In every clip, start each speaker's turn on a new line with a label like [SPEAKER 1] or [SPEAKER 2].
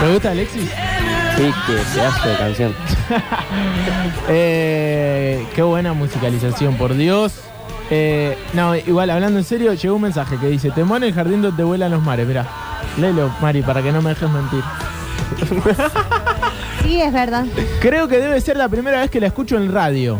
[SPEAKER 1] ¿Te gusta Alexis?
[SPEAKER 2] Sí, qué pedazo de canción.
[SPEAKER 1] Eh, qué buena musicalización, por Dios. Eh, no, igual, hablando en serio, llegó un mensaje que dice, te en el jardín donde vuelan los mares, mirá. Léelo, Mari, para que no me dejes mentir.
[SPEAKER 3] Sí, es verdad.
[SPEAKER 1] Creo que debe ser la primera vez que la escucho en radio.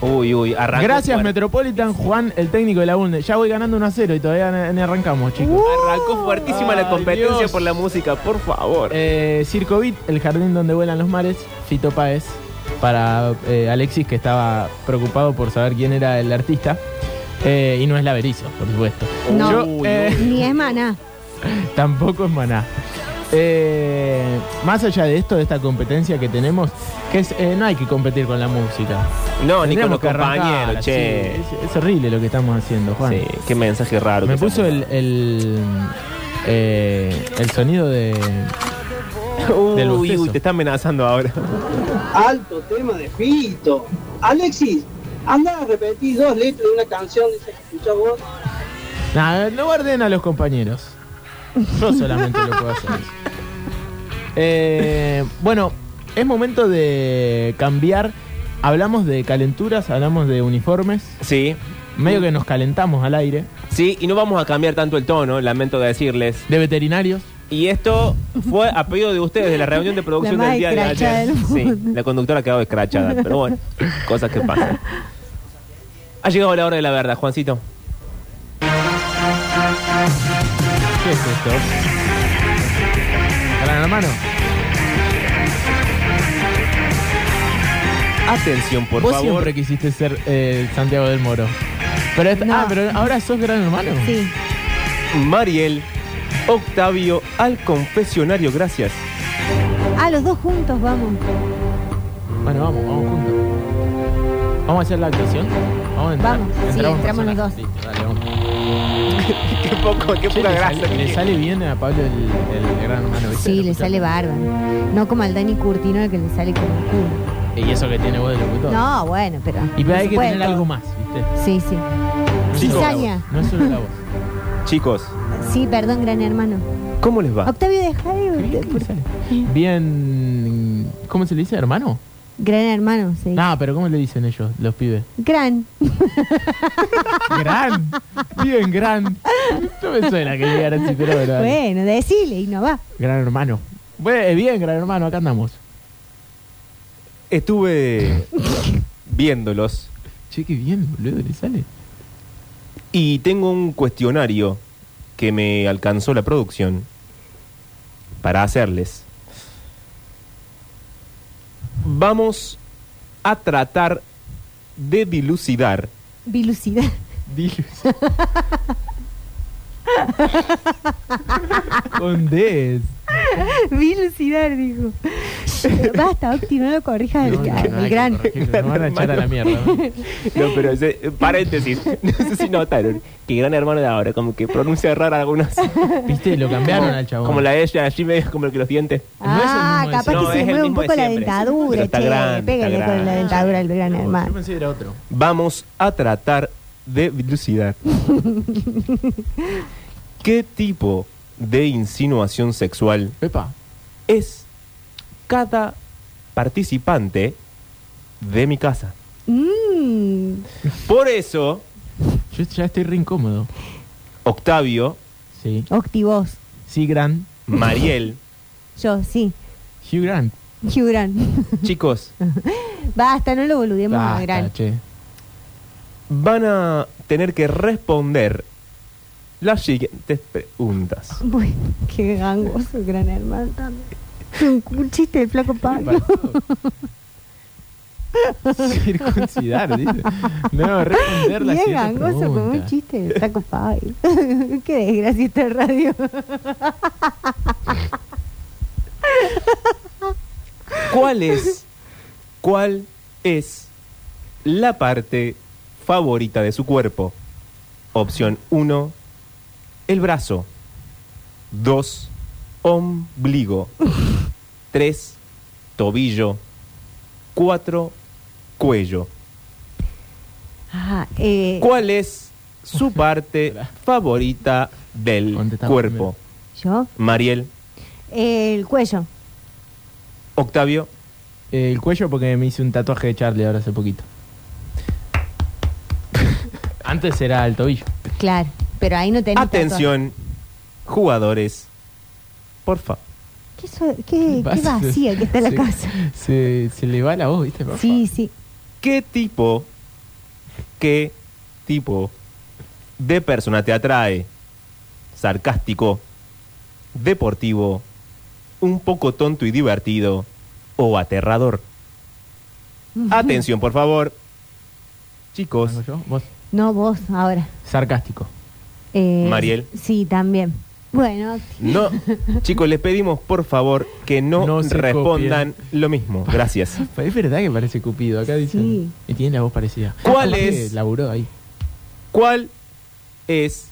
[SPEAKER 2] Uy, uy, arrancó.
[SPEAKER 1] Gracias,
[SPEAKER 2] fuerte.
[SPEAKER 1] Metropolitan, Juan, el técnico de la Bunde. Ya voy ganando 1 a 0 y todavía ni- ni arrancamos, chicos.
[SPEAKER 2] Arrancó fuertísima
[SPEAKER 1] Ay,
[SPEAKER 2] la competencia
[SPEAKER 1] Dios.
[SPEAKER 2] por la música, por favor.
[SPEAKER 1] Eh, Circo Beat, El Jardín donde vuelan los mares, Fito Páez, para eh, Alexis que estaba preocupado por saber quién era el artista. Eh, y no es Laberizo, por supuesto.
[SPEAKER 3] No.
[SPEAKER 1] Yo, eh,
[SPEAKER 3] Ni es maná.
[SPEAKER 1] tampoco es Maná. Eh, más allá de esto, de esta competencia que tenemos, que es, eh, no hay que competir con la música.
[SPEAKER 2] no, ni con
[SPEAKER 1] Tendríamos
[SPEAKER 2] los
[SPEAKER 1] que arrancar,
[SPEAKER 2] compañeros, che.
[SPEAKER 1] sí. es, es horrible lo que estamos haciendo, Juan.
[SPEAKER 2] Sí, qué mensaje raro.
[SPEAKER 1] Me
[SPEAKER 2] que
[SPEAKER 1] puso el,
[SPEAKER 2] estamos
[SPEAKER 1] el, eh, el sonido de...
[SPEAKER 2] dando.
[SPEAKER 1] del
[SPEAKER 2] Uy,
[SPEAKER 1] bostezo.
[SPEAKER 2] uy, te está amenazando ahora.
[SPEAKER 4] Alto tema de Fito. Alexis, anda a repetir dos letras de una canción de esa que escuchás vos.
[SPEAKER 1] Nada, no guarden a los compañeros. Yo solamente lo puedo hacer. Eh, bueno, es momento de cambiar. Hablamos de calenturas, hablamos de uniformes.
[SPEAKER 2] Sí,
[SPEAKER 1] Medio que nos calentamos al aire.
[SPEAKER 2] sí, y no vamos a cambiar tanto el tono, lamento decirles.
[SPEAKER 1] De veterinarios.
[SPEAKER 2] Y esto fue a pedido de ustedes, de la reunión de producción
[SPEAKER 3] La más
[SPEAKER 2] del día de
[SPEAKER 3] escrachada
[SPEAKER 2] ayer.
[SPEAKER 3] del
[SPEAKER 2] Sí,
[SPEAKER 3] mundo.
[SPEAKER 2] la conductora ha quedado escrachada, pero bueno, cosas que pasan. Ha llegado la hora de la verdad, Juancito.
[SPEAKER 1] ¿Qué es esto? Gran hermano.
[SPEAKER 2] Atención, por
[SPEAKER 1] Vos
[SPEAKER 2] favor.
[SPEAKER 1] siempre quisiste ser eh, Santiago del Moro. Pero es-
[SPEAKER 3] No.
[SPEAKER 1] Ah, pero ahora sos gran hermano.
[SPEAKER 3] Sí.
[SPEAKER 2] Mariel, Octavio, al confesionario, gracias.
[SPEAKER 3] Ah, los dos juntos vamos.
[SPEAKER 1] Bueno, vamos, vamos juntos. ¿Vamos a hacer la actuación? Vamos a entrar.
[SPEAKER 3] Vamos, sí, entramos
[SPEAKER 1] personas.
[SPEAKER 3] los dos.
[SPEAKER 1] Listo, dale, vamos.
[SPEAKER 2] qué poco, qué
[SPEAKER 1] Che,
[SPEAKER 2] pura
[SPEAKER 1] le,
[SPEAKER 2] grasa.
[SPEAKER 1] sale,
[SPEAKER 2] que
[SPEAKER 1] le
[SPEAKER 2] tiene.
[SPEAKER 1] sale bien a Pablo el, el gran hermano. ¿viste?
[SPEAKER 3] Sí, le
[SPEAKER 1] Escuchá.
[SPEAKER 3] sale bárbaro. No como al Dani Curtino, el que le sale como el culo.
[SPEAKER 1] Y eso que tiene voz de locutor.
[SPEAKER 3] No, bueno, pero.
[SPEAKER 1] Y pero
[SPEAKER 3] no
[SPEAKER 1] hay
[SPEAKER 3] se
[SPEAKER 1] que
[SPEAKER 3] puede
[SPEAKER 1] tener
[SPEAKER 3] todo.
[SPEAKER 1] algo más, ¿viste?
[SPEAKER 3] Sí, sí.
[SPEAKER 1] No es
[SPEAKER 2] Chicos.
[SPEAKER 1] solo la
[SPEAKER 3] Cizaña.
[SPEAKER 1] voz, No es solo la voz.
[SPEAKER 2] Chicos,
[SPEAKER 3] Sí, perdón, gran hermano.
[SPEAKER 2] ¿cómo les va?
[SPEAKER 3] Octavio, deja
[SPEAKER 1] Qué bien
[SPEAKER 3] de.
[SPEAKER 1] que le sale. Bien. ¿Cómo se le dice, hermano?
[SPEAKER 3] Gran hermano, sí.
[SPEAKER 1] No, pero ¿cómo le dicen ellos, los pibes?
[SPEAKER 3] Gran.
[SPEAKER 1] Gran. Bien, gran. No me suena que llegara así, pero bueno. dale.
[SPEAKER 3] Bueno, decile y no va.
[SPEAKER 1] Gran hermano. Bue- Bien, gran hermano, acá andamos.
[SPEAKER 2] Estuve viéndolos
[SPEAKER 1] Che, qué bien, boludo, le sale.
[SPEAKER 2] y tengo un cuestionario que me alcanzó la producción para hacerles. Vamos a tratar de dilucidar
[SPEAKER 3] Vilucidad.
[SPEAKER 1] Con D.
[SPEAKER 3] Vilucidar, dijo. Basta, Octi, no lo corrijas al- al gran.
[SPEAKER 1] Me van a echar a la mierda. ¿no?
[SPEAKER 2] No, pero ese, eh, paréntesis, no sé si notaron que Gran Hermano de ahora como que pronuncia raro algunas.
[SPEAKER 1] ¿Viste? Lo cambiaron al chabón.
[SPEAKER 2] Como la de ella, allí me como que los dientes.
[SPEAKER 1] No es el
[SPEAKER 3] Ah,
[SPEAKER 1] mismo de
[SPEAKER 3] capaz
[SPEAKER 1] siempre.
[SPEAKER 3] que
[SPEAKER 1] No,
[SPEAKER 3] se
[SPEAKER 2] es el
[SPEAKER 3] mueve un
[SPEAKER 2] mismo de
[SPEAKER 3] poco la
[SPEAKER 2] siempre. Pero
[SPEAKER 3] dentadura,
[SPEAKER 2] está
[SPEAKER 3] che.
[SPEAKER 2] grande,
[SPEAKER 3] Pégale
[SPEAKER 2] está
[SPEAKER 3] con la
[SPEAKER 2] grande.
[SPEAKER 3] dentadura al gran
[SPEAKER 1] Yo
[SPEAKER 3] hermano.
[SPEAKER 1] pensé que era otro.
[SPEAKER 2] Vamos a tratar de dilucidar. ¿Qué tipo de insinuación sexual
[SPEAKER 1] Epa.
[SPEAKER 2] es cada participante de mi casa?
[SPEAKER 3] Mmm.
[SPEAKER 2] Por eso,
[SPEAKER 1] Yo ya estoy re incómodo.
[SPEAKER 2] Octavio,
[SPEAKER 1] Sí.
[SPEAKER 3] Octi, vos.
[SPEAKER 1] Sí, Grant.
[SPEAKER 2] Mariel,
[SPEAKER 3] Yo, sí.
[SPEAKER 1] Hugh Grant.
[SPEAKER 3] Hugh Grant.
[SPEAKER 2] chicos,
[SPEAKER 3] Basta, no lo boludemos a
[SPEAKER 1] Basta,
[SPEAKER 3] Gran.
[SPEAKER 1] che.
[SPEAKER 2] van a tener que responder las siguientes preguntas.
[SPEAKER 3] Bueno, qué gangoso, gran hermano. también. Un, un chiste de flaco Pablo.
[SPEAKER 1] Circuncidar, dice. No, responder las
[SPEAKER 3] Bien
[SPEAKER 1] siguientes
[SPEAKER 3] gangoso como un
[SPEAKER 1] preguntas.
[SPEAKER 3] chiste de flaco Pablo. qué desgracia esta radio.
[SPEAKER 2] ¿Cuál es? ¿Cuál es la parte favorita de su cuerpo? Opción 1, el brazo. 2, ombligo. 3, tobillo. 4, cuello.
[SPEAKER 3] Ah, eh,
[SPEAKER 2] ¿Cuál es su parte favorita del
[SPEAKER 1] Contestamos
[SPEAKER 2] cuerpo?
[SPEAKER 3] yo, eh,
[SPEAKER 2] Mariel,
[SPEAKER 3] El cuello.
[SPEAKER 2] Octavio.
[SPEAKER 1] Eh, el cuello porque me hice un tatuaje de Charlie ahora hace poquito. Antes era el tobillo.
[SPEAKER 3] Claro. Pero ahí no tenés
[SPEAKER 2] Atención, jugadores. Porfa.
[SPEAKER 3] tatuaje. ¿Qué, so- qué- qué
[SPEAKER 1] Vas-
[SPEAKER 3] vacía que está la
[SPEAKER 1] se-
[SPEAKER 3] casa.
[SPEAKER 1] Se, se le va la voz, ¿viste? papá?
[SPEAKER 3] Sí, sí.
[SPEAKER 2] ¿Qué tipo, qué tipo de persona te atrae? Sarcástico, deportivo, un poco tonto y divertido o aterrador. Atención, por favor. Chicos,
[SPEAKER 1] ¿Vengo yo? ¿Vos?
[SPEAKER 3] No vos ahora.
[SPEAKER 1] Sarcástico.
[SPEAKER 3] Eh,
[SPEAKER 2] Mariel.
[SPEAKER 3] Sí, también. Bueno,
[SPEAKER 2] no, chicos, les pedimos por favor que no,
[SPEAKER 1] No se
[SPEAKER 2] respondan lo mismo. Gracias.
[SPEAKER 1] Es verdad que parece Cupido, acá dicen.
[SPEAKER 3] Sí.
[SPEAKER 1] Y tiene la voz parecida.
[SPEAKER 2] ¿Cuál
[SPEAKER 1] Capaz que
[SPEAKER 2] es?
[SPEAKER 1] Laburó ahí.
[SPEAKER 2] ¿Cuál es?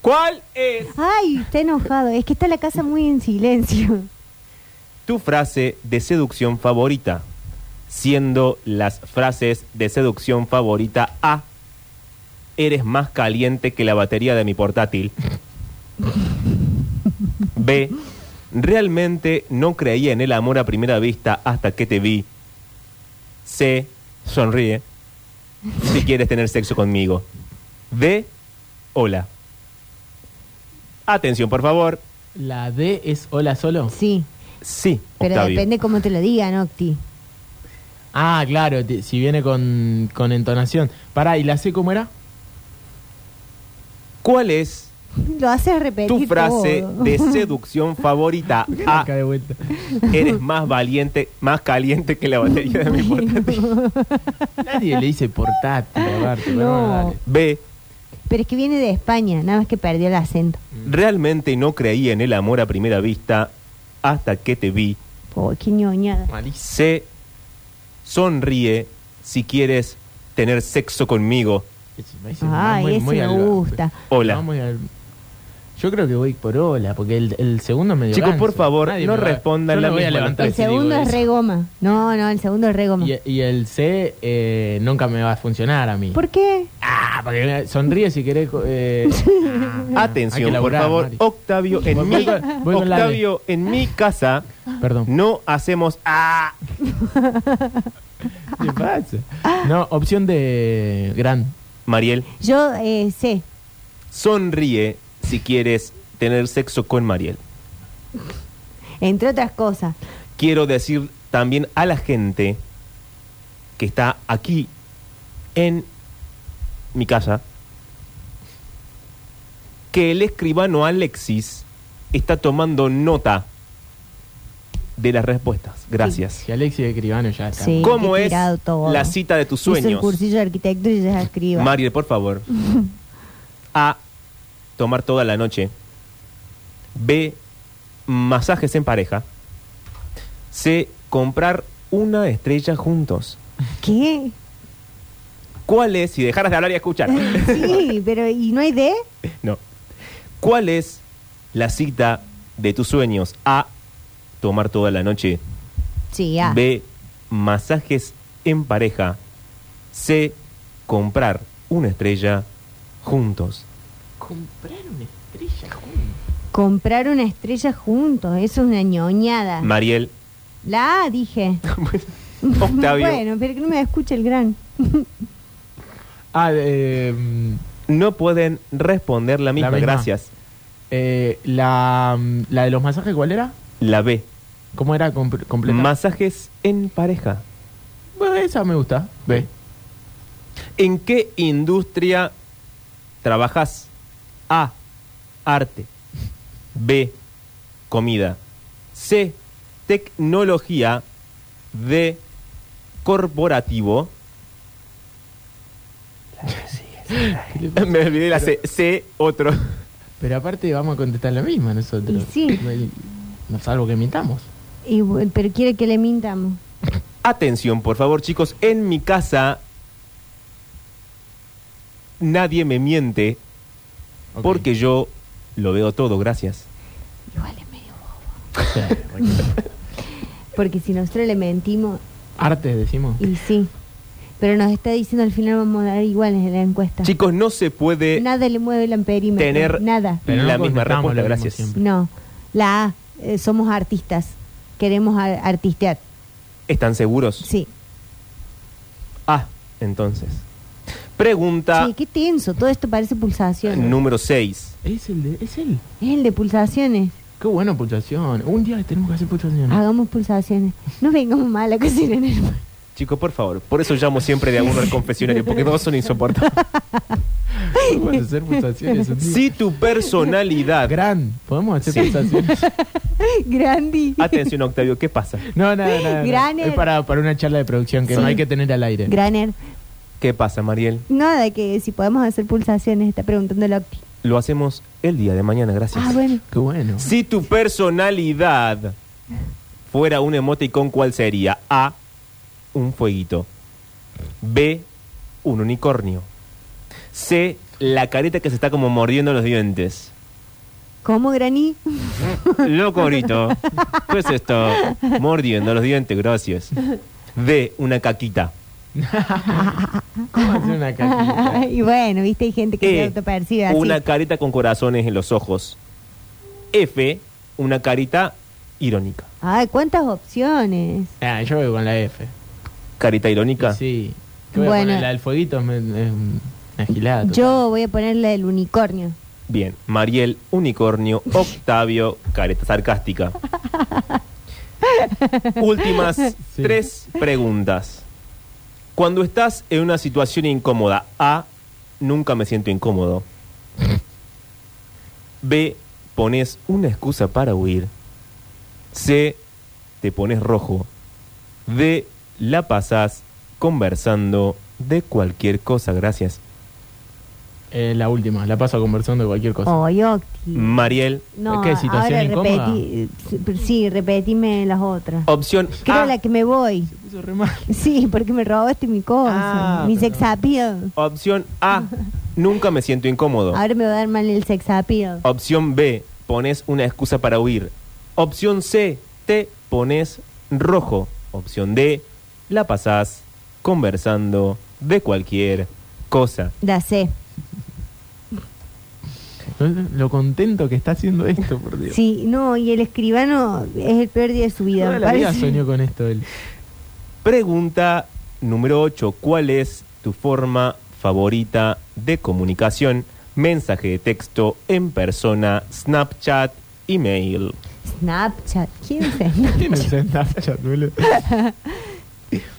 [SPEAKER 2] ¿Cuál es
[SPEAKER 3] ay, está enojado. Es que está la casa muy en silencio.
[SPEAKER 2] tu frase de seducción favorita? Siendo las frases de seducción favorita A. Eres más caliente que la batería de mi portátil. B. Realmente no creía en el amor a primera vista hasta que te vi. C. Sonríe. Si quieres tener sexo conmigo. D. Hola. Atención, por favor.
[SPEAKER 1] ¿La D es hola solo?
[SPEAKER 3] Sí,
[SPEAKER 2] Sí,
[SPEAKER 3] pero
[SPEAKER 2] Octavio.
[SPEAKER 3] depende cómo te lo digan, Octi.
[SPEAKER 1] Ah, claro, ti- si viene con, con entonación. Pará, ¿y la C cómo era?
[SPEAKER 2] ¿Cuál es
[SPEAKER 3] Lo haces repetir
[SPEAKER 2] tu frase
[SPEAKER 3] todo.
[SPEAKER 2] de seducción favorita? A.
[SPEAKER 1] Acá de vuelta.
[SPEAKER 2] Eres más valiente, más caliente que la batería de mi portátil.
[SPEAKER 1] Nadie le dice portátil, aparte. pero
[SPEAKER 3] No.
[SPEAKER 1] bueno, dale.
[SPEAKER 2] B.
[SPEAKER 3] Pero es que viene de España, nada más que perdió el acento.
[SPEAKER 2] Realmente no creía en el amor a primera vista hasta que te vi.
[SPEAKER 3] Oh, qué ñoñada.
[SPEAKER 1] Mm. Malísimo.
[SPEAKER 2] C. Sonríe si quieres tener sexo conmigo.
[SPEAKER 1] Me dice, va
[SPEAKER 3] Ay,
[SPEAKER 1] muy-
[SPEAKER 3] ese
[SPEAKER 1] muy pues.
[SPEAKER 3] me
[SPEAKER 1] al-
[SPEAKER 3] gusta.
[SPEAKER 2] Hola.
[SPEAKER 1] va muy al- Yo creo que voy por hola, porque el, el segundo me dio
[SPEAKER 2] Chicos,
[SPEAKER 1] ganso.
[SPEAKER 2] por favor,
[SPEAKER 1] Nadie
[SPEAKER 2] no
[SPEAKER 1] me va-
[SPEAKER 2] respondan
[SPEAKER 1] Yo
[SPEAKER 2] la
[SPEAKER 1] no voy a
[SPEAKER 2] misma
[SPEAKER 1] levantar
[SPEAKER 3] El
[SPEAKER 1] si digo
[SPEAKER 3] segundo es
[SPEAKER 1] eso.
[SPEAKER 3] regoma. No, no, el segundo es regoma.
[SPEAKER 1] Y, eh, y el C eh, nunca me va a funcionar a mí.
[SPEAKER 3] ¿Por qué?
[SPEAKER 1] Ah, porque me- sonríe si querés. co- eh, ah, hay
[SPEAKER 2] Atención,
[SPEAKER 1] que
[SPEAKER 2] por
[SPEAKER 1] laburar,
[SPEAKER 2] favor,
[SPEAKER 1] Mari.
[SPEAKER 2] Octavio, en
[SPEAKER 1] Voy
[SPEAKER 2] mi,
[SPEAKER 1] con- voy con la D.
[SPEAKER 2] Octavio, en mi casa
[SPEAKER 1] Perdón.
[SPEAKER 2] no hacemos ah,
[SPEAKER 1] ¿Qué pasa? No, opción de gran.
[SPEAKER 2] Mariel.
[SPEAKER 3] Yo eh, sé.
[SPEAKER 2] Sonríe si quieres tener sexo con Mariel.
[SPEAKER 3] Entre otras cosas.
[SPEAKER 2] Quiero decir también a la gente que está aquí en mi casa que el escribano Alexis está tomando nota de las respuestas. Gracias.
[SPEAKER 1] Si Alexis de Cribano ya está.
[SPEAKER 3] Sí.
[SPEAKER 2] ¿Cómo
[SPEAKER 3] he
[SPEAKER 2] es
[SPEAKER 3] tirado todo.
[SPEAKER 2] la cita de tus
[SPEAKER 3] Hizo el
[SPEAKER 2] sueños?
[SPEAKER 3] cursillo de arquitectura y ya escriba.
[SPEAKER 2] Mariel, por favor. A. Tomar toda la noche. B. Masajes en pareja. C. Comprar una estrella juntos.
[SPEAKER 3] ¿Qué?
[SPEAKER 2] ¿Cuál es, si dejaras de hablar y escuchar?
[SPEAKER 3] Sí, pero ¿y no hay de?
[SPEAKER 2] no. ¿Cuál es la cita de tus sueños? A. Tomar toda la noche.
[SPEAKER 3] Sí, ah.
[SPEAKER 2] B. Masajes en pareja. C. Comprar una estrella juntos.
[SPEAKER 1] Comprar una estrella juntos.
[SPEAKER 3] Comprar una estrella juntos, eso es una ñoñada.
[SPEAKER 2] Mariel.
[SPEAKER 3] la A dije.
[SPEAKER 2] Octavio.
[SPEAKER 3] Bueno, pero que no me escuche el gran.
[SPEAKER 1] Ah, eh, mm,
[SPEAKER 2] No pueden responder la misma,
[SPEAKER 1] La misma.
[SPEAKER 2] gracias.
[SPEAKER 1] eh, la, mm, la de los masajes, ¿cuál era?
[SPEAKER 2] La B.
[SPEAKER 1] ¿Cómo era comp- completa?
[SPEAKER 2] Masajes en pareja.
[SPEAKER 1] Bueno, esa me gusta. Ve.
[SPEAKER 2] ¿En qué industria trabajas? A. Arte. B. Comida. C. Tecnología. D. Corporativo. Me olvidé la C. C. Otro.
[SPEAKER 1] Pero aparte vamos a contestar la misma nosotros.
[SPEAKER 3] Y sí.
[SPEAKER 1] No, hay- no, salvo que mintamos.
[SPEAKER 3] Y bu- pero quiere que le mintamos.
[SPEAKER 2] Atención, por favor, chicos. En mi casa nadie me miente
[SPEAKER 1] Ok.
[SPEAKER 2] porque yo lo veo todo, gracias.
[SPEAKER 3] Igual es medio bobo.
[SPEAKER 1] Claro, bueno.
[SPEAKER 3] Porque si nosotros le mentimos,
[SPEAKER 1] Artes decimos.
[SPEAKER 3] y sí. Pero nos está diciendo al final vamos a dar iguales en la encuesta.
[SPEAKER 2] Chicos, no se puede
[SPEAKER 3] Nada le mueve el amperímetro.
[SPEAKER 2] eh, tener-
[SPEAKER 3] Nada.
[SPEAKER 1] Pero no
[SPEAKER 2] la misma
[SPEAKER 1] contestamos
[SPEAKER 2] respuesta,
[SPEAKER 1] lo mismo
[SPEAKER 2] gracias.
[SPEAKER 1] siempre.
[SPEAKER 3] No. La A, eh, somos artistas, queremos a- artistear.
[SPEAKER 2] ¿Están seguros?
[SPEAKER 3] Sí.
[SPEAKER 2] Ah, entonces. Pregunta
[SPEAKER 3] Che, qué tenso, todo esto parece pulsaciones.
[SPEAKER 2] número 6.
[SPEAKER 1] Es el de- es él.
[SPEAKER 3] Es el de pulsaciones.
[SPEAKER 1] Qué buena pulsación. Un día tenemos que hacer pulsaciones.
[SPEAKER 3] Hagamos pulsaciones. No vengamos mal a cocinar en el
[SPEAKER 2] Chicos, por favor, por eso llamo siempre de alguno al confesionario, porque todos son insoportables.
[SPEAKER 1] Podemos hacer pulsaciones. un día.
[SPEAKER 2] Si tu personalidad...
[SPEAKER 1] Gran. Podemos hacer
[SPEAKER 2] Sí.
[SPEAKER 1] pulsaciones.
[SPEAKER 3] Grandi.
[SPEAKER 1] Ah,
[SPEAKER 2] Atención, Octavio, ¿qué pasa?
[SPEAKER 1] No, nada, nada.
[SPEAKER 3] Graner.
[SPEAKER 1] Es para, para una charla de producción que
[SPEAKER 3] Sí.
[SPEAKER 1] no hay que tener al aire.
[SPEAKER 3] Graner.
[SPEAKER 2] ¿Qué pasa, Mariel?
[SPEAKER 3] Nada, que si podemos hacer pulsaciones, está preguntando el Octi.
[SPEAKER 2] Lo hacemos el día de mañana, gracias.
[SPEAKER 3] Ah, bueno.
[SPEAKER 1] Qué bueno.
[SPEAKER 2] Si tu personalidad fuera un emoticón, ¿cuál sería? A. Un fueguito. B. Un unicornio. C. La careta que se está como mordiendo los dientes.
[SPEAKER 3] ¿Cómo, Grani?
[SPEAKER 2] Locorito. Pues esto. Mordiendo los dientes, gracias. D. Una caquita.
[SPEAKER 1] ¿Cómo hacer una caquita?
[SPEAKER 3] y bueno, viste, hay gente que
[SPEAKER 2] E.
[SPEAKER 1] Eh,
[SPEAKER 3] se autopercibe así.
[SPEAKER 2] Una careta con corazones en los ojos. F. Una carita irónica.
[SPEAKER 3] Ay, cuántas opciones.
[SPEAKER 1] Ah, yo voy con la F.
[SPEAKER 2] Carita irónica.
[SPEAKER 1] Sí. ¿Qué voy a
[SPEAKER 3] Bueno.
[SPEAKER 1] poner? La del fueguito es me- es un- una gilada. Ah, total.
[SPEAKER 3] Yo voy a ponerle el unicornio.
[SPEAKER 2] Bien, Mariel, unicornio, Octavio, careta sarcástica. Últimas tres preguntas. Cuando estás en una situación incómoda, A, nunca me siento incómodo. B, pones una excusa para huir. C, te pones rojo. D, la pasas conversando de cualquier cosa. Gracias.
[SPEAKER 1] Eh, la última, la paso conversando de cualquier cosa.
[SPEAKER 3] Ay, Octi.
[SPEAKER 2] Mariel,
[SPEAKER 3] No,
[SPEAKER 1] Mm. ¿Qué, situación
[SPEAKER 3] ahora
[SPEAKER 1] incómoda? Oh.
[SPEAKER 3] repetí, eh, sí, repetime las otras.
[SPEAKER 2] opción
[SPEAKER 3] Creo
[SPEAKER 1] Ah.
[SPEAKER 2] A.
[SPEAKER 3] la que me voy.
[SPEAKER 1] Se puso re mal.
[SPEAKER 3] Sí, porque me robaste mi cosa,
[SPEAKER 1] Ah,
[SPEAKER 3] mi
[SPEAKER 1] pero-
[SPEAKER 3] sex appeal.
[SPEAKER 2] Opción A, nunca me siento
[SPEAKER 1] Oh.
[SPEAKER 2] incómodo.
[SPEAKER 3] Ahora me va a dar mal el sex appeal.
[SPEAKER 2] Opción B, pones una excusa para huir. Opción C, te pones rojo. Opción D, la pasás conversando de cualquier cosa.
[SPEAKER 3] La sé.
[SPEAKER 1] Lo contento que está haciendo esto, por Dios.
[SPEAKER 3] Sí, no, y el escribano es el peor día de su vida.
[SPEAKER 1] Toda
[SPEAKER 3] me
[SPEAKER 1] la vida
[SPEAKER 3] parece.
[SPEAKER 1] soñó con esto él.
[SPEAKER 2] Pregunta número 8, ¿cuál es tu forma favorita de comunicación? Mensaje de texto en persona, Snapchat, email.
[SPEAKER 3] Snapchat. ¿Quién es Snapchat?
[SPEAKER 1] Tiene un Snapchat, boludo.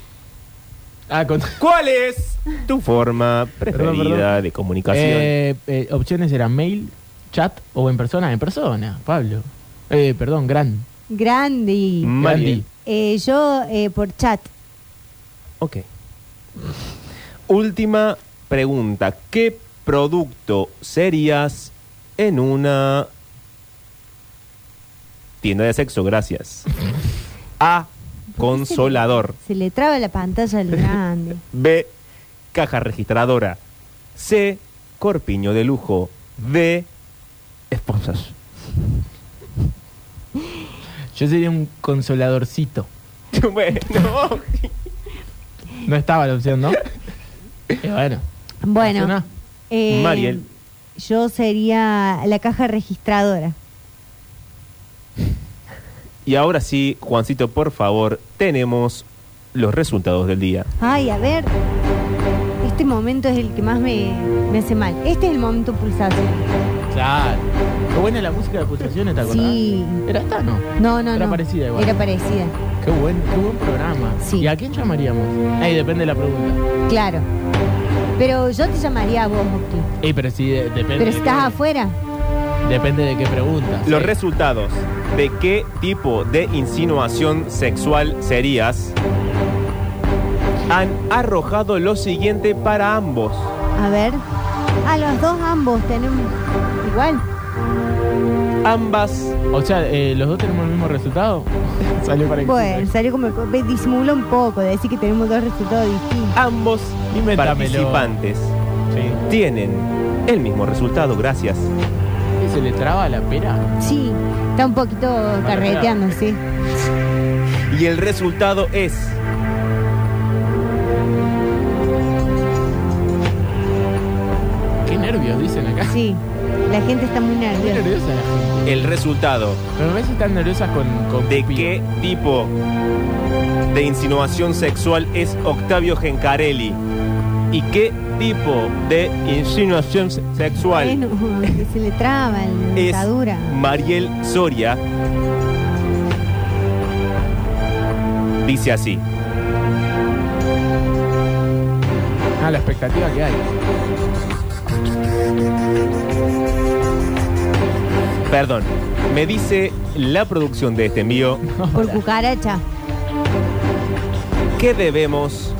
[SPEAKER 1] Ah, con...
[SPEAKER 2] ¿Cuál es tu forma preferida
[SPEAKER 1] perdón.
[SPEAKER 2] de comunicación?
[SPEAKER 1] Eh, eh, opciones eran mail, chat o en persona. En persona, Pablo. Eh, perdón, gran.
[SPEAKER 3] Grandi.
[SPEAKER 1] Mm.
[SPEAKER 2] Mariel.
[SPEAKER 1] Grandi.
[SPEAKER 3] Eh, yo eh, por chat.
[SPEAKER 2] Ok. Última pregunta. ¿Qué producto serías en una tienda de sexo? Gracias. A. Consolador.
[SPEAKER 3] Se le traba la pantalla al grande.
[SPEAKER 2] B. Caja registradora. C. Corpiño de lujo. D. Esposas.
[SPEAKER 1] Yo sería un consoladorcito.
[SPEAKER 2] bueno.
[SPEAKER 1] No estaba la opción, ¿no? Eh, bueno.
[SPEAKER 3] Bueno.
[SPEAKER 1] Nacional.
[SPEAKER 3] eh,
[SPEAKER 2] Mariel.
[SPEAKER 3] Yo sería la caja registradora.
[SPEAKER 2] Y ahora sí, Juancito, por favor, tenemos los resultados del día.
[SPEAKER 3] Ay, a ver. Este momento es el que más me, me hace mal. Este es el momento pulsación.
[SPEAKER 1] Claro. Qué buena la música de pulsaciones, ¿te acordás?
[SPEAKER 3] Sí.
[SPEAKER 1] Era esta, ¿no?
[SPEAKER 3] No, no,
[SPEAKER 1] Era
[SPEAKER 3] no.
[SPEAKER 1] parecida igual.
[SPEAKER 3] Era parecida.
[SPEAKER 1] Qué buen, qué buen programa.
[SPEAKER 3] Sí.
[SPEAKER 1] ¿Y a quién llamaríamos? Ahí depende de la pregunta.
[SPEAKER 3] Claro. Pero yo te llamaría a vos, Octi.
[SPEAKER 1] Ey, pero sí, de- depende.
[SPEAKER 3] Pero
[SPEAKER 1] de
[SPEAKER 3] si
[SPEAKER 1] qué-
[SPEAKER 3] estás afuera.
[SPEAKER 1] Depende de qué pregunta.
[SPEAKER 2] Los
[SPEAKER 1] Sí.
[SPEAKER 2] resultados de qué tipo de insinuación sexual serías han arrojado lo siguiente para ambos.
[SPEAKER 3] A ver. A los dos ambos tenemos igual.
[SPEAKER 2] Ambas,
[SPEAKER 1] O sea, eh, los dos tenemos el mismo resultado. Salió para que.
[SPEAKER 3] Bueno, salió como ve, disimula un poco de decir que tenemos dos resultados distintos.
[SPEAKER 2] ambos
[SPEAKER 1] Inventámelo.
[SPEAKER 2] participantes
[SPEAKER 1] Sí.
[SPEAKER 2] tienen el mismo resultado, gracias.
[SPEAKER 1] ¿Qué se le traba la pera?
[SPEAKER 3] Sí, está un poquito carreteando, sí.
[SPEAKER 2] Y el resultado es
[SPEAKER 1] Qué nervios dicen acá.
[SPEAKER 3] Sí. La gente está muy
[SPEAKER 1] Muy
[SPEAKER 3] nerviosa.
[SPEAKER 1] nerviosa la gente.
[SPEAKER 2] El resultado
[SPEAKER 1] Pero a veces están nerviosas con, con
[SPEAKER 2] de
[SPEAKER 1] Cupido.
[SPEAKER 2] qué tipo de insinuación sexual es Octavio Gencarelli y qué tipo de insinuación se- sexual
[SPEAKER 3] Bueno, que se le traba la
[SPEAKER 2] es
[SPEAKER 3] dentadura.
[SPEAKER 2] Mariel Soria. Dice así.
[SPEAKER 1] Ah, la expectativa que hay.
[SPEAKER 2] Perdón, me dice la producción de este envío
[SPEAKER 3] Por cucaracha.
[SPEAKER 2] que debemos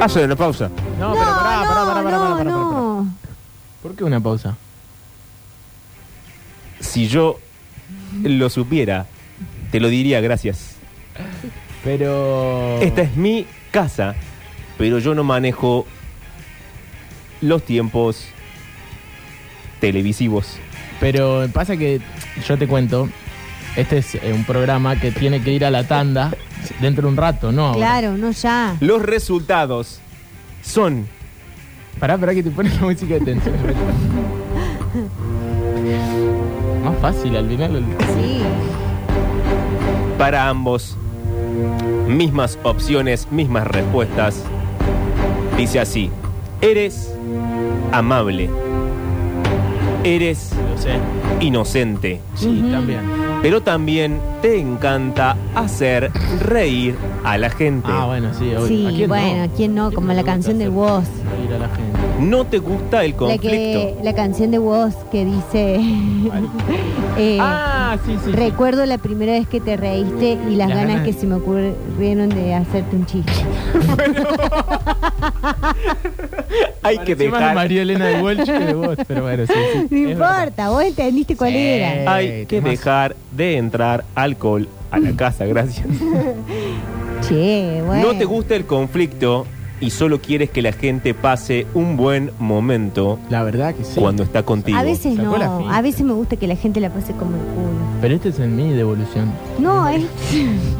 [SPEAKER 2] hacer una pausa.
[SPEAKER 1] No,
[SPEAKER 3] No,
[SPEAKER 1] pero pará,
[SPEAKER 3] no,
[SPEAKER 1] pará, pará, pará,
[SPEAKER 3] no,
[SPEAKER 1] pará, pará, pará.
[SPEAKER 3] no.
[SPEAKER 1] ¿Por qué una pausa?
[SPEAKER 2] Si yo lo supiera, te lo diría gracias.
[SPEAKER 1] Pero.
[SPEAKER 2] Esta es mi casa, pero yo no manejo los tiempos televisivos.
[SPEAKER 1] Pero pasa que yo te cuento, este es eh, un programa que tiene que ir a la tanda dentro de un rato, ¿no? ahora.
[SPEAKER 3] Claro, no ya.
[SPEAKER 2] Los resultados son
[SPEAKER 1] Pará, pará que te pones la música de tensión. Más fácil al final. el-
[SPEAKER 3] Sí.
[SPEAKER 2] para ambos mismas opciones, mismas respuestas. Dice así, eres amable, eres
[SPEAKER 1] Lo sé.
[SPEAKER 2] inocente,
[SPEAKER 1] Sí,
[SPEAKER 3] Ujú.
[SPEAKER 1] también.
[SPEAKER 2] pero también te encanta hacer reír a la gente.
[SPEAKER 1] Ah, bueno, sí, obvio.
[SPEAKER 3] Sí,
[SPEAKER 1] ¿A quién
[SPEAKER 3] bueno, ¿a quién no?
[SPEAKER 1] ¿A quién
[SPEAKER 3] Como
[SPEAKER 1] le
[SPEAKER 3] la
[SPEAKER 1] gusta
[SPEAKER 3] canción del
[SPEAKER 1] hacer
[SPEAKER 3] Woz.
[SPEAKER 1] reír a la gente?
[SPEAKER 2] No te gusta el
[SPEAKER 3] La,
[SPEAKER 2] conflicto.
[SPEAKER 3] que, la canción de Woz que dice. eh,
[SPEAKER 1] ah, sí, sí. sí.
[SPEAKER 3] Recuerdo la primera vez que te reíste y
[SPEAKER 1] Las
[SPEAKER 3] las, ganas,
[SPEAKER 1] ganas
[SPEAKER 3] que
[SPEAKER 1] de-
[SPEAKER 3] se me ocurrieron de hacerte un chiste.
[SPEAKER 2] Hay que
[SPEAKER 1] Pareció más de
[SPEAKER 2] dejar,
[SPEAKER 1] María Elena de Walsh que de Woz, pero bueno, sí. sí
[SPEAKER 3] No
[SPEAKER 1] es verdad.
[SPEAKER 3] importa, vos entendiste cuál
[SPEAKER 1] Sí.
[SPEAKER 3] era.
[SPEAKER 2] hay que
[SPEAKER 1] Temas.
[SPEAKER 2] dejar de entrar alcohol a la casa, gracias.
[SPEAKER 3] Che, bueno.
[SPEAKER 2] No te gusta el conflicto y solo quieres que la gente pase un buen momento
[SPEAKER 1] La verdad que sí.
[SPEAKER 2] cuando está contigo.
[SPEAKER 3] A veces
[SPEAKER 1] Sacó la
[SPEAKER 3] no,
[SPEAKER 1] finta.
[SPEAKER 3] a veces me gusta que la gente la pase como el culo.
[SPEAKER 1] Pero este es en mi devolución.
[SPEAKER 3] No, es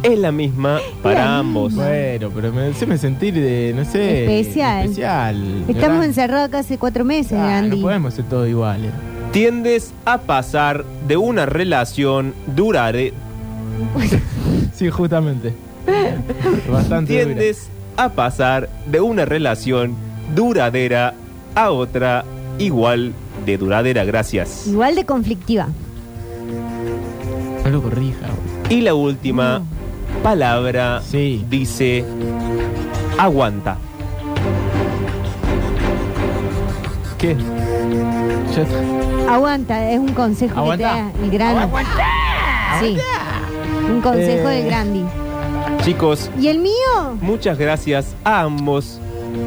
[SPEAKER 2] Es la misma para ambos.
[SPEAKER 1] Bueno, pero me hace sentir de, no sé.
[SPEAKER 3] Especial.
[SPEAKER 1] Especial.
[SPEAKER 3] estamos
[SPEAKER 1] ¿verdad?
[SPEAKER 3] encerrados acá hace cuatro meses,
[SPEAKER 1] Ah,
[SPEAKER 3] Andy.
[SPEAKER 1] No podemos ser todos iguales.
[SPEAKER 2] Tiendes a pasar de una relación durare,
[SPEAKER 1] Sí, justamente. Bastante. dura.
[SPEAKER 2] tiendes a pasar de una relación duradera a otra igual de duradera, gracias.
[SPEAKER 3] Igual de conflictiva.
[SPEAKER 1] No lo corrija. güey.
[SPEAKER 2] Y la última palabra
[SPEAKER 1] Sí.
[SPEAKER 2] dice aguanta.
[SPEAKER 1] ¿Qué? Ya está.
[SPEAKER 3] Aguanta, es un consejo
[SPEAKER 1] Aguanta.
[SPEAKER 3] que te da el gran. Sí. Un consejo
[SPEAKER 1] Eh.
[SPEAKER 3] del Grandi.
[SPEAKER 2] Chicos,
[SPEAKER 3] ¿Y el mío?
[SPEAKER 2] muchas gracias a ambos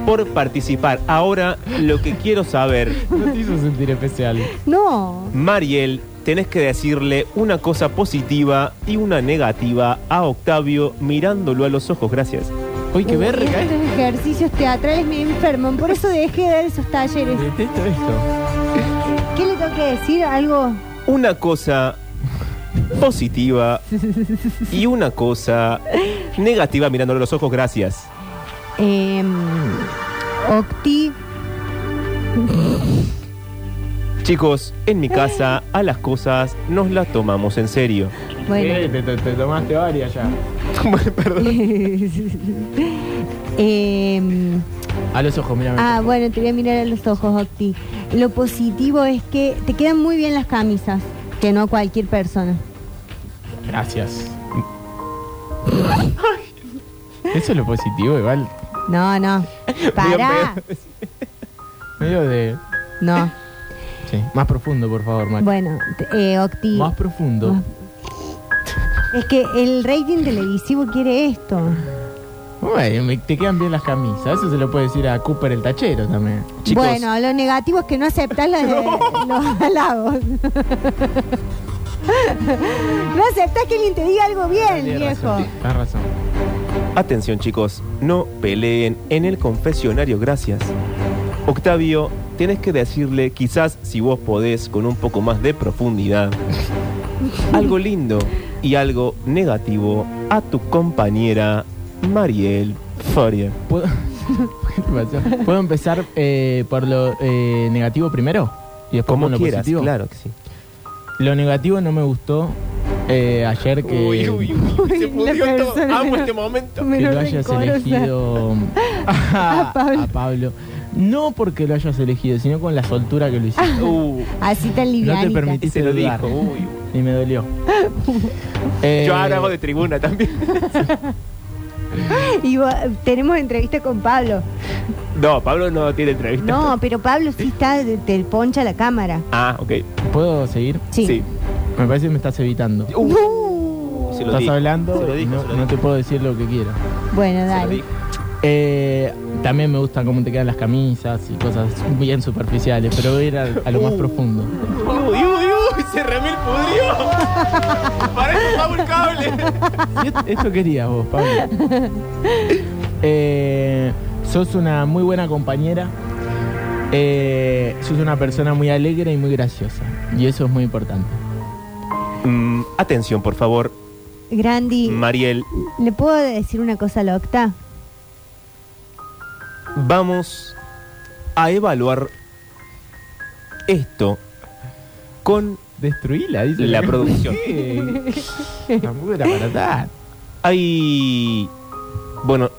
[SPEAKER 2] por participar. Ahora lo que quiero saber,
[SPEAKER 1] No te hizo sentir especial.
[SPEAKER 3] No.
[SPEAKER 2] Mariel, tenés que decirle una cosa positiva y una negativa a Octavio mirándolo a los ojos. Gracias.
[SPEAKER 1] Uy, qué
[SPEAKER 3] Uy,
[SPEAKER 1] verga. ¿eh?
[SPEAKER 3] Estos ejercicios teatrales me enferman, por eso dejé de dar esos talleres.
[SPEAKER 1] Detesto esto.
[SPEAKER 3] ¿Qué le tengo que decir? Algo.
[SPEAKER 2] Una cosa positiva y una cosa negativa mirándolo a los ojos. Gracias.
[SPEAKER 3] Eh, Octi.
[SPEAKER 2] Chicos, en mi casa a las cosas nos las tomamos en serio.
[SPEAKER 1] Eh,
[SPEAKER 3] Bueno.
[SPEAKER 1] te, te- te tomaste varias ya.
[SPEAKER 3] Eh,
[SPEAKER 1] A los ojos, mira.
[SPEAKER 3] ah, bueno, te voy a mirar a los ojos, Octi. Lo positivo es que te quedan muy bien las camisas, que no a cualquier persona.
[SPEAKER 1] Gracias. Eso es lo positivo, igual.
[SPEAKER 3] No, no. Pará.
[SPEAKER 1] Medio de.
[SPEAKER 3] No.
[SPEAKER 1] Sí. Más profundo, por favor, Mario.
[SPEAKER 3] Bueno, te- eh, Octi.
[SPEAKER 1] Más profundo.
[SPEAKER 3] Más- Es que el rating televisivo quiere esto.
[SPEAKER 1] Bueno, me- te quedan bien las camisas. Eso se lo puede decir a Cooper el tachero también.
[SPEAKER 2] Chicos.
[SPEAKER 3] Bueno, lo negativo es que no aceptás las- los halagos. no aceptás que alguien te diga algo bien,
[SPEAKER 1] Tienes
[SPEAKER 3] viejo.
[SPEAKER 1] razón, Tienes razón.
[SPEAKER 2] Atención chicos, no peleen en el confesionario, gracias. Octavio, tenés que decirle, quizás si vos podés, con un poco más de profundidad, algo lindo y algo negativo a tu compañera Mariel Foria.
[SPEAKER 1] ¿Puedo, ¿Qué te pasó? ¿Puedo empezar eh, por lo eh, negativo primero? Y después
[SPEAKER 2] Como
[SPEAKER 1] con lo
[SPEAKER 2] quieras,
[SPEAKER 1] positivo.
[SPEAKER 2] claro que sí.
[SPEAKER 1] Lo negativo no me gustó eh, ayer que,
[SPEAKER 2] Uy, uy, uy, se
[SPEAKER 3] La
[SPEAKER 2] pudrió todo.
[SPEAKER 3] persona-
[SPEAKER 2] Amo este momento.
[SPEAKER 1] que
[SPEAKER 3] Menos
[SPEAKER 1] lo hayas
[SPEAKER 3] rencorosa.
[SPEAKER 1] elegido a,
[SPEAKER 3] A Pablo.
[SPEAKER 1] a Pablo. No porque lo hayas elegido, sino con la soltura que lo hiciste.
[SPEAKER 2] Uh,
[SPEAKER 3] Así tan
[SPEAKER 1] no te
[SPEAKER 3] livianita.
[SPEAKER 2] y
[SPEAKER 1] permitiste
[SPEAKER 2] se lo
[SPEAKER 1] dudar.
[SPEAKER 2] dijo. uy.
[SPEAKER 1] Y
[SPEAKER 3] Ah.
[SPEAKER 1] me dolió. Eh,
[SPEAKER 2] Yo ahora hago de tribuna también.
[SPEAKER 3] Y vos- tenemos entrevista con Pablo.
[SPEAKER 2] No, Pablo no tiene entrevista.
[SPEAKER 3] No, pero Pablo sí está, de- te poncha la cámara.
[SPEAKER 2] Ah, ok.
[SPEAKER 1] ¿Puedo seguir?
[SPEAKER 3] Sí.
[SPEAKER 1] Me parece que me estás evitando.
[SPEAKER 2] Uh, se lo
[SPEAKER 1] Estás
[SPEAKER 2] dijo.
[SPEAKER 1] hablando,
[SPEAKER 2] Se lo dijo,
[SPEAKER 1] no,
[SPEAKER 2] se lo
[SPEAKER 1] no
[SPEAKER 2] dijo.
[SPEAKER 1] te puedo decir lo que quiero.
[SPEAKER 3] Bueno,
[SPEAKER 2] Se lo
[SPEAKER 3] dale.
[SPEAKER 2] dijo.
[SPEAKER 1] Eh, también me gustan cómo te quedan las camisas y cosas bien superficiales, pero voy a ir a, a lo más
[SPEAKER 2] Uh.
[SPEAKER 1] profundo.
[SPEAKER 2] Uy, uy, uy, se remil pudrió. Parece Pablo el cable.
[SPEAKER 1] Y et- Esto querías vos, Pablo. Eh, sos una muy buena compañera. Eh, sos una persona muy alegre y muy graciosa. Y eso es muy importante.
[SPEAKER 2] Mm, atención, por favor,
[SPEAKER 3] Grandi,
[SPEAKER 2] Mariel.
[SPEAKER 3] ¿le puedo decir una cosa a la Octa?
[SPEAKER 2] Vamos a evaluar esto con
[SPEAKER 1] Destruíla, dice.
[SPEAKER 2] la producción.
[SPEAKER 1] Eh, Tampoco era para tal.
[SPEAKER 2] Hay. Bueno,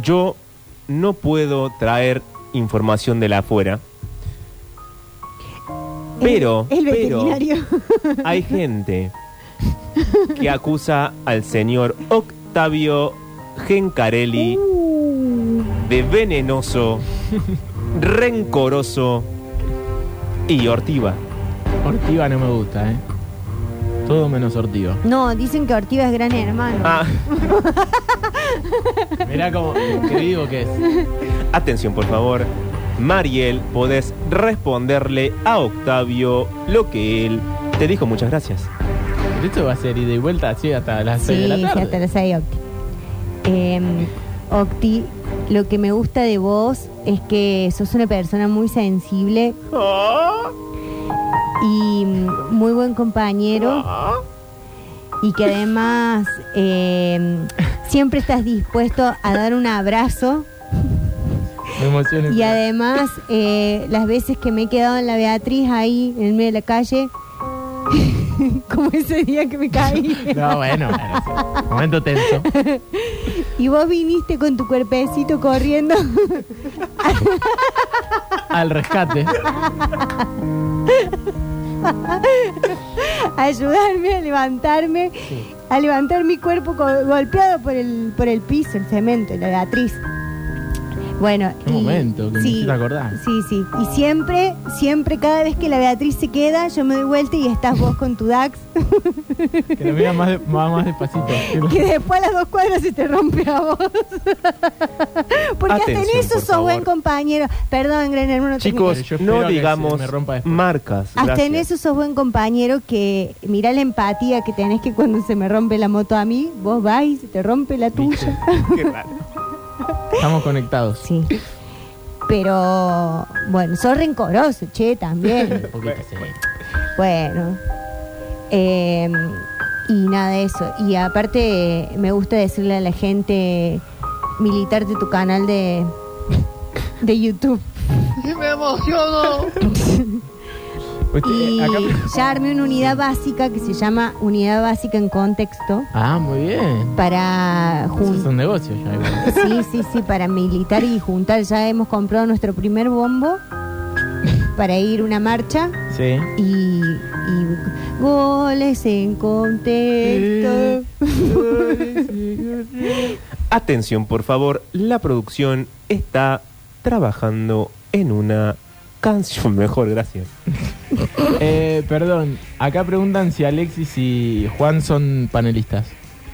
[SPEAKER 2] yo no puedo traer información de la afuera. Pero,
[SPEAKER 3] El, el
[SPEAKER 2] pero-
[SPEAKER 3] veterinario.
[SPEAKER 2] Hay gente que acusa al señor Octavio Gencarelli de venenoso, rencoroso y ortiva.
[SPEAKER 1] Ortiva no me gusta, ¿eh? Todo menos ortiva.
[SPEAKER 3] No, dicen que Ortiva es gran hermano.
[SPEAKER 2] Ah,
[SPEAKER 1] Mirá como que digo que es.
[SPEAKER 2] atención, por favor. Mariel, podés responderle a Octavio lo que él te dijo. Muchas gracias.
[SPEAKER 1] Pero esto va a ser ida y vuelta así hasta las
[SPEAKER 3] sí,
[SPEAKER 1] 6 de
[SPEAKER 3] sí,
[SPEAKER 1] la
[SPEAKER 3] hasta
[SPEAKER 1] tarde.
[SPEAKER 3] las seis, Octi. Em, Octi, lo que me gusta de vos es que sos una persona muy sensible
[SPEAKER 1] Ah.
[SPEAKER 3] y mm, muy buen compañero
[SPEAKER 1] Ah.
[SPEAKER 3] y que además em, siempre estás dispuesto a dar un abrazo.
[SPEAKER 1] Me emociona.
[SPEAKER 3] Y además, eh, las veces que me he quedado en la Beatriz ahí, en el medio de la calle, como ese día que me caí.
[SPEAKER 1] No, bueno, bueno, sí. momento tenso.
[SPEAKER 3] Y vos viniste con tu cuerpecito corriendo.
[SPEAKER 1] Al rescate.
[SPEAKER 3] a ayudarme a levantarme, a levantar mi cuerpo co- golpeado por el, por el piso, el cemento, la Beatriz. Bueno,
[SPEAKER 1] Qué momento, que me hiciste acordar.
[SPEAKER 3] Sí, sí. Y siempre, siempre, cada vez que la Beatriz se queda, yo me doy vuelta y estás vos con tu DAX,
[SPEAKER 1] Que lo mira más, de- más, más despacito.
[SPEAKER 3] que después a las dos cuadras se te rompe a vos. Porque hasta
[SPEAKER 2] Atención,
[SPEAKER 3] en eso
[SPEAKER 2] por
[SPEAKER 3] sos
[SPEAKER 2] favor.
[SPEAKER 3] buen compañero. Perdón, Gran Hermano.
[SPEAKER 2] Chicos,
[SPEAKER 1] Pero yo espero
[SPEAKER 2] no
[SPEAKER 1] que se
[SPEAKER 2] digamos
[SPEAKER 1] me rompa después.
[SPEAKER 2] marcas.
[SPEAKER 3] Hasta en
[SPEAKER 2] gracias.
[SPEAKER 3] eso sos buen compañero que mirá la empatía que tenés que cuando se me rompe la moto a mí, vos vas y se te rompe la
[SPEAKER 1] Viste,
[SPEAKER 3] tuya.
[SPEAKER 2] Qué raro.
[SPEAKER 1] Estamos conectados.
[SPEAKER 3] Sí. Pero bueno, sos rencoroso, che, también.
[SPEAKER 1] Un poquito, sí.
[SPEAKER 3] Bueno. Eh, y nada de eso. Y aparte me gusta decirle a la gente militar de tu canal de, de YouTube.
[SPEAKER 1] Usted,
[SPEAKER 3] Y
[SPEAKER 1] Pues, eh, acá-
[SPEAKER 3] ya armé una unidad básica que se llama Unidad Básica en Contexto.
[SPEAKER 1] Ah, muy bien.
[SPEAKER 3] para
[SPEAKER 1] Eso es
[SPEAKER 3] juntar.
[SPEAKER 1] un negocio ya. igual.
[SPEAKER 3] Sí, sí, sí, para militar y juntar. Ya hemos comprado nuestro primer bombo para ir una marcha
[SPEAKER 1] Sí.
[SPEAKER 3] y, y goles en contexto.
[SPEAKER 2] Atención, por favor, la producción está trabajando en una canción. Mejor, gracias.
[SPEAKER 1] Eh, perdón, acá preguntan si Alexis y Juan son panelistas.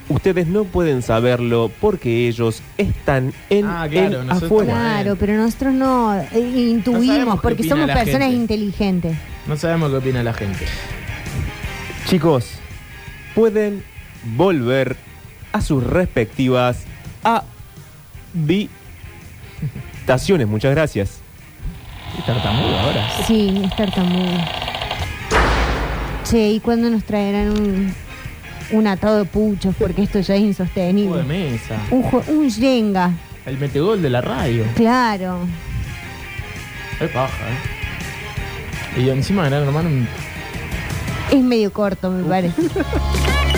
[SPEAKER 2] Ustedes no pueden saberlo porque ellos están en
[SPEAKER 1] Ah, claro,
[SPEAKER 2] el
[SPEAKER 1] nosotros
[SPEAKER 2] afuera.
[SPEAKER 3] Claro, pero nosotros no eh, intuimos
[SPEAKER 1] sabemos qué
[SPEAKER 3] porque
[SPEAKER 1] opina
[SPEAKER 3] somos
[SPEAKER 1] la
[SPEAKER 3] personas
[SPEAKER 1] gente.
[SPEAKER 3] inteligentes.
[SPEAKER 1] No sabemos qué opina la gente.
[SPEAKER 2] Chicos, pueden volver a sus respectivas habitaciones. Muchas gracias.
[SPEAKER 1] Qué tartamudo ahora.
[SPEAKER 3] Sí, es tartamudo. Che, ¿y cuándo nos traerán un, un atado de puchos? Porque esto ya es
[SPEAKER 1] Juego de
[SPEAKER 3] insostenible.
[SPEAKER 1] mesa.
[SPEAKER 3] Un, jue- un yenga.
[SPEAKER 1] El metegol de la radio.
[SPEAKER 3] Claro.
[SPEAKER 1] Qué paja, ¿eh? Y encima Gran Hermano,
[SPEAKER 3] Es medio corto, me parece.